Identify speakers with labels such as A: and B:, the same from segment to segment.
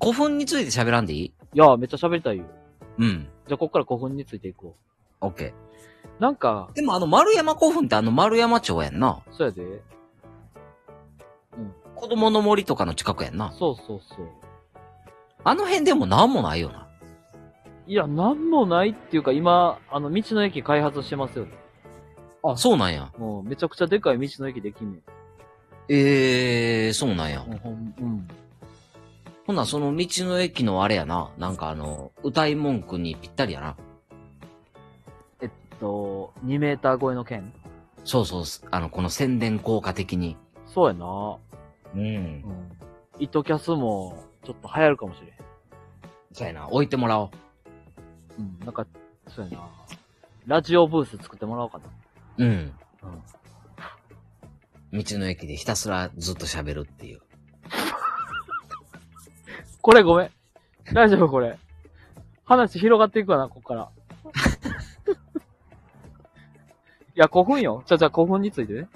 A: 古墳について喋らんでいい
B: いや、めっちゃ喋りたいよ。
A: うん。
B: じゃあ、こっから古墳についていこ
A: オッケ
B: う。なんか
A: ー。、でもあの丸山古墳ってあの丸山町やんな。
B: そうやで。
A: 子供の森とかの近くやんな。
B: そうそうそう。
A: あの辺でもなんもないよな。
B: いや、なんもないっていうか、今、あの、道の駅開発してますよね。
A: あ、そうなんや。
B: もう、めちゃくちゃでかい道の駅できんねん。
A: ええー、そうなんや。
B: もうほん、うん。
A: ほな、その道の駅のあれやな。なんかあの、歌い文句にぴったりやな。
B: えっと、2メーター超えの剣
A: そうそう、あの、この宣伝効果的に。
B: そうやな。
A: うん
B: う。ん。イトキャスも、ちょっと流行るかもしれん。
A: そうやな。置いてもらおう。
B: うん。なんか、そうやな。ラジオブース作ってもらおうかな。
A: うん。
B: うん
A: 道の駅でひたすらずっと喋るっていう。
B: これごめん。大丈夫これ。話広がっていくわな、こっ から。いや、古墳よ。じゃあ、じゃあ古墳についてね。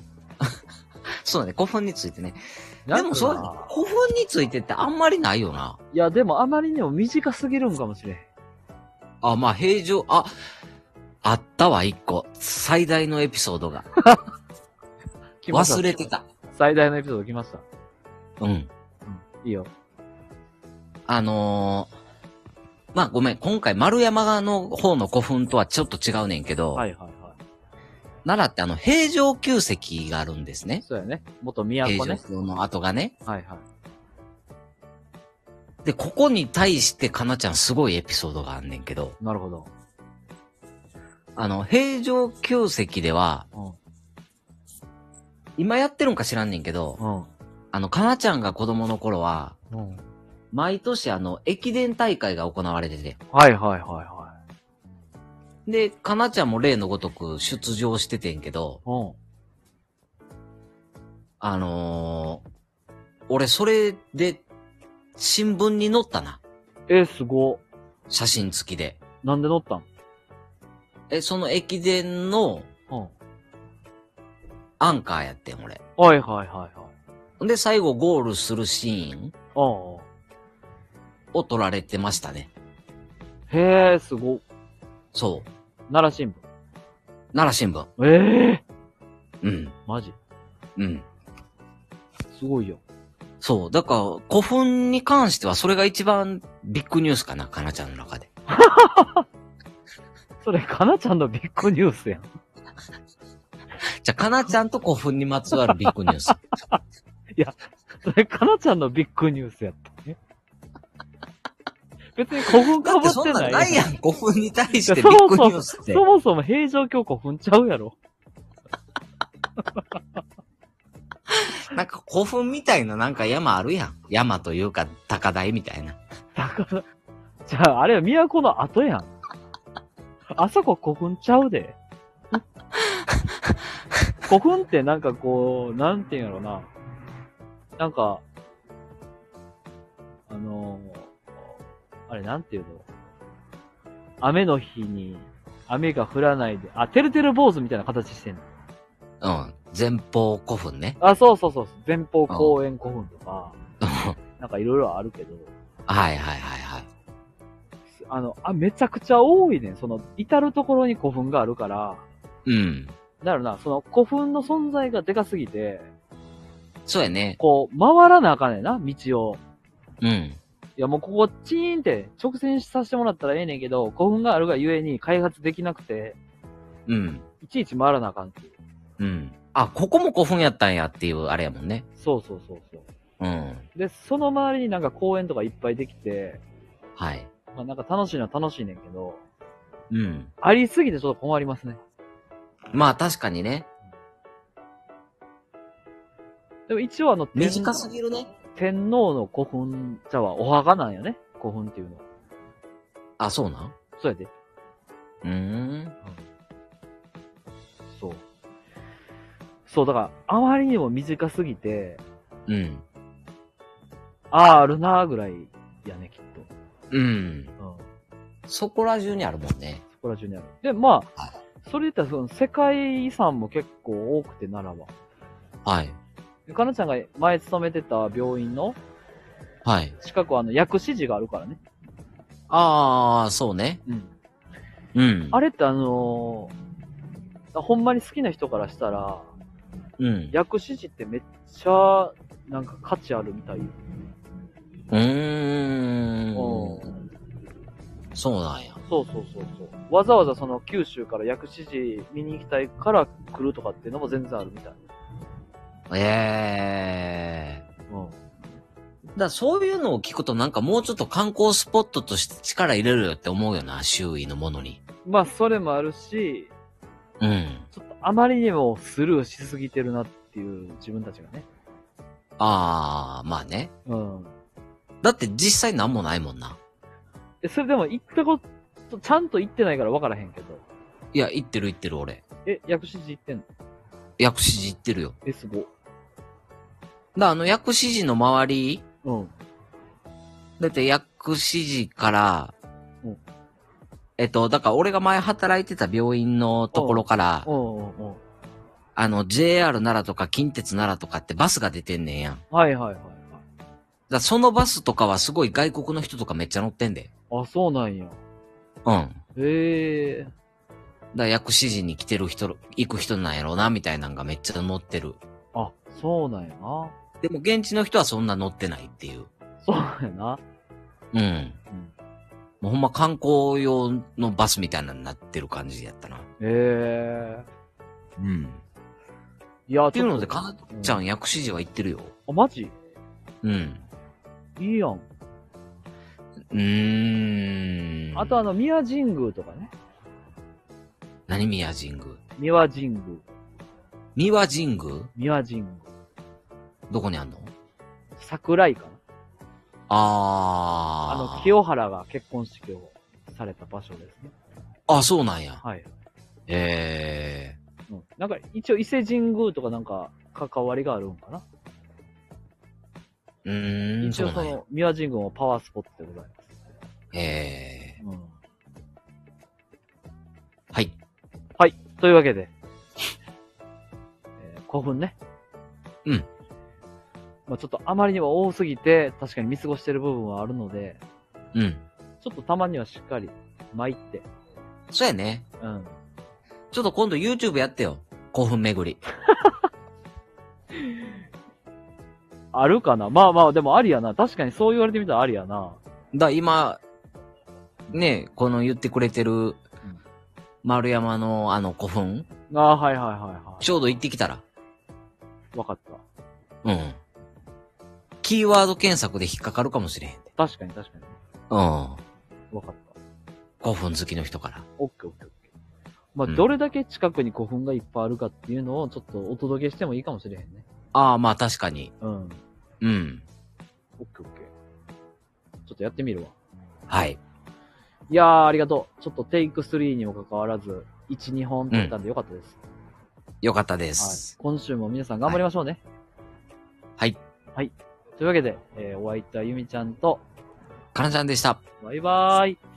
A: そうだね、古墳についてね。
B: な
A: で
B: ん
A: も
B: か
A: そうだね、古墳についてってあんまりないよな。
B: いや、でもあまりにも短すぎるんかもしれん。
A: あ、まあ平常、あ、あったわ、一個。最大のエピソードが。
B: 来ました
A: 忘れて。た。
B: 最大のエピソード来ました。
A: うん。
B: いいよ。
A: あのー、まあごめん、今回丸山の方の古墳とはちょっと違うねんけど、
B: はいはいはい。
A: 奈良ってあの平城宮跡があるんですね。
B: そうやね。元都
A: 平城
B: ね。
A: 京の跡がね。
B: はいはい。
A: で、ここに対してかなちゃんすごいエピソードがあんねんけど、
B: なるほど。
A: あの、平城宮跡では、
B: う
A: 今やってるんか知らんねんけど、
B: ん。
A: あの、かなちゃんが子供の頃は、
B: うん。うん。
A: 毎年あの、駅伝大会が行われてて。
B: はいはいはいは
A: で、かなちゃんも例のごとく出場しててんけど、
B: い。うん。
A: あのー俺それで、新聞に載ったな。
B: えー、すご。
A: 写真付きで。
B: なんで乗ったん
A: え、その駅伝の
B: うん。
A: アンカーやってん、俺。
B: はいはいはいはい。
A: で、最後ゴールするシーン
B: うんうん。
A: を撮られてましたね。
B: へえ、すご。
A: そう。
B: 奈良新
A: 奈良新聞。
B: 聞。ええ
A: うん。
B: マジ。
A: うん。
B: すごいよ。
A: そう。だから、古墳に関してはそれが一番ビッグニュースかな、かなちゃんの中で。
B: それ、かなちゃんのビッグニュースやん。
A: じゃあ、かなちゃんと古墳にまつわるビッグニュース。
B: それ、かなちゃんのビッグニュースやったね。別に古墳
A: だ
B: か
A: って
B: ぶ
A: そ
B: っ
A: ん
B: て
A: な
B: なんい
A: ないやん、古墳に対してビッグニュースって。
B: そもそも平城京子踏んちゃうやろ。
A: なんか古墳みたいななんか山あるやん。山というか、高台みたいな。
B: だから、じゃああれは都の後やん。あそこ古墳ちゃうで。古墳ってなんかこう、なんていうんやろな。なんか、あのーあれなんていうの雨の日に雨が降らないで、あ、てるてる坊主みたいな形してん
A: う
B: の。
A: ん。前方古墳ね。
B: あ、そうそうそう。前方公園古墳とか、
A: うんはい
B: なんかいろいろあるけど。
A: はいはいはい。
B: あの、あ、めちゃくちゃ多いねん。その、至るところに古墳があるから、
A: うん。
B: だからな、その古墳の存在がでかすぎて、
A: そうやね。
B: こう、回らなあかんねんな、道を。
A: うん。
B: いや、もうここ、チーンって直線させてもらったらええねんけど、古墳があるがゆえに開発できなくて、
A: うん。
B: いちいち回らなあかんっていう。
A: うん。あ、ここも古墳やったんやっていうあれやもんね。
B: そうそうそうそ
A: う
B: う。
A: ん。
B: で、その周りになんか公園とかいっぱいできて、
A: はい。
B: まあ、なんか楽しいのは楽しいねんけど、
A: うん。
B: ありすぎてちょっと困りますね。
A: まあ確かにね。
B: でも一応あの、天
A: 短すぎるね。
B: 天皇の古墳じゃはお墓なんよね、古墳っていうのは。
A: あ、そうなん
B: そうやで。
A: うーん。
B: そう。そう、だから、あまりにも短すぎて、
A: うん。
B: ああ、あるなーぐらいやね、きっ
A: うん。
B: と。うん。
A: そこら中にあるもんね。
B: そこら中にある。で、まあ、
A: は
B: それ言ったら、その、世界遺産も結構多くて、奈良は。
A: はい。
B: でかなちゃんが前勤めてた病院の、
A: はい。
B: 近くはあの、薬師寺があるからね。
A: ああ、そうね。
B: うん。
A: うん。
B: あ
A: れ
B: れってあのーほんまに好きな人からしたら、
A: うん。
B: 薬師寺ってめっちゃ、なんか価値あるみたいよ。
A: うーん。
B: うん
A: そうなんや。
B: そうそうそうそう。わざわざその九州から薬師寺見に行きたいから来るとかっていうのも全然あるみたい。
A: ええ
B: うん。
A: だからそういうのを聞くとなんかもうちょっと観光スポットとして力入れるよって思うよな、周囲のものに。
B: まあ、それもあるし、
A: うん。
B: ちょっとあまりにもスルーしすぎてるなっていう自分たちがね。
A: ああ、まあね。
B: うん。
A: だって実際なんもないもんな。
B: え、それでも行ったこと、ちゃんと行ってないから分からへんけど。
A: いや、行ってる行ってる俺。
B: え、薬師寺行ってんの
A: 薬師寺行ってるよ。
B: え、すごい。
A: だからあの薬師寺の周り、
B: うん。
A: だって薬師寺から、
B: うん
A: えっと、だから俺が前働いてた病院のところから、
B: うんうんうん。
A: あの JR 奈良とか近鉄奈良とかってバスが出てんねんやん。だか
B: はいはいはい
A: らそのバスとかはすごい外国の人とかめっちゃ乗ってんで。
B: はい。あ、そうなん
A: うん。
B: や。
A: だか
B: へえ。
A: ら薬師寺に来てる人、行く人なんやろうな、みたいなんがめっちゃ乗ってる。
B: あ、そうなんやな。
A: でも現地の人はそんな乗ってないっていう。
B: そうなんやな。
A: うん。
B: うん。
A: もうほんま観光用のバスみたいなのになってる感じやったな。
B: へえ。
A: うん。っ
B: いや、って
A: いうので、かなちゃ
B: うん
A: 薬師寺は行ってるよ。
B: あ、マジ
A: うん。
B: いいやん。
A: うーん。
B: あとあの、宮神宮とかね。
A: 何宮神宮
B: 宮神宮。
A: 三輪神宮
B: 宮神宮。
A: どこにあんの
B: 桜井かな。あ
A: あー。
B: の、清原が結婚式をされた場所ですね。
A: あ、そうなんや。
B: はい。
A: え
B: うん、なんか、一応伊勢神宮とかなんか、関わりがあるんかな。
A: えー。うーん、
B: 一
A: そ
B: 応
A: うな
B: そ
A: んや。
B: の、宮神宮もパワースポットでございます。
A: ええ
B: うん。
A: ー。はい。
B: はい。というわけで。 えー古墳ね。
A: うん。
B: まあちょっとあまりにも多すぎて、確かに見過ごしてる部分はあるので、
A: うん。
B: ちょっとたまにはしっかり巻いて。
A: そうやね。
B: うん。
A: ちょっと今度 YouTube やってよ。興奮巡り。
B: あるかなまあまあ、でもありやな。確かにそう言われてみたらありやな。
A: だ、今、ねこの言ってくれてる、丸山のあの古墳、
B: ああ、はいはいはいは
A: ちょうど行ってきたら。
B: い。わかっ
A: うん。キーワード検索で引っかかるかもしれへんで。
B: た。確かに確かに。
A: うん。
B: わかった。
A: 古墳好きの人から。
B: オッケーオッケーオッケー。まあ、
A: うん
B: どれだけ近くに古墳がいっぱいあるかっていうのをちょっとお届けしてもいいかもしれへんね。
A: ああ、まあ確かに。
B: うん。オッケ
A: うん。
B: ーオッケー。ちょっとやってみるわ。
A: はい。
B: いやー、ありがとう。ちょっとテイク3にもかかわらず、1、2本取ったんでよかったです。
A: よかったで
B: はい
A: す。。
B: 今週も皆さん頑張りましょうね。
A: はい。
B: というわけで、えー、お相手はゆみちゃんと、
A: かなちゃんでした。
B: バイバーイ。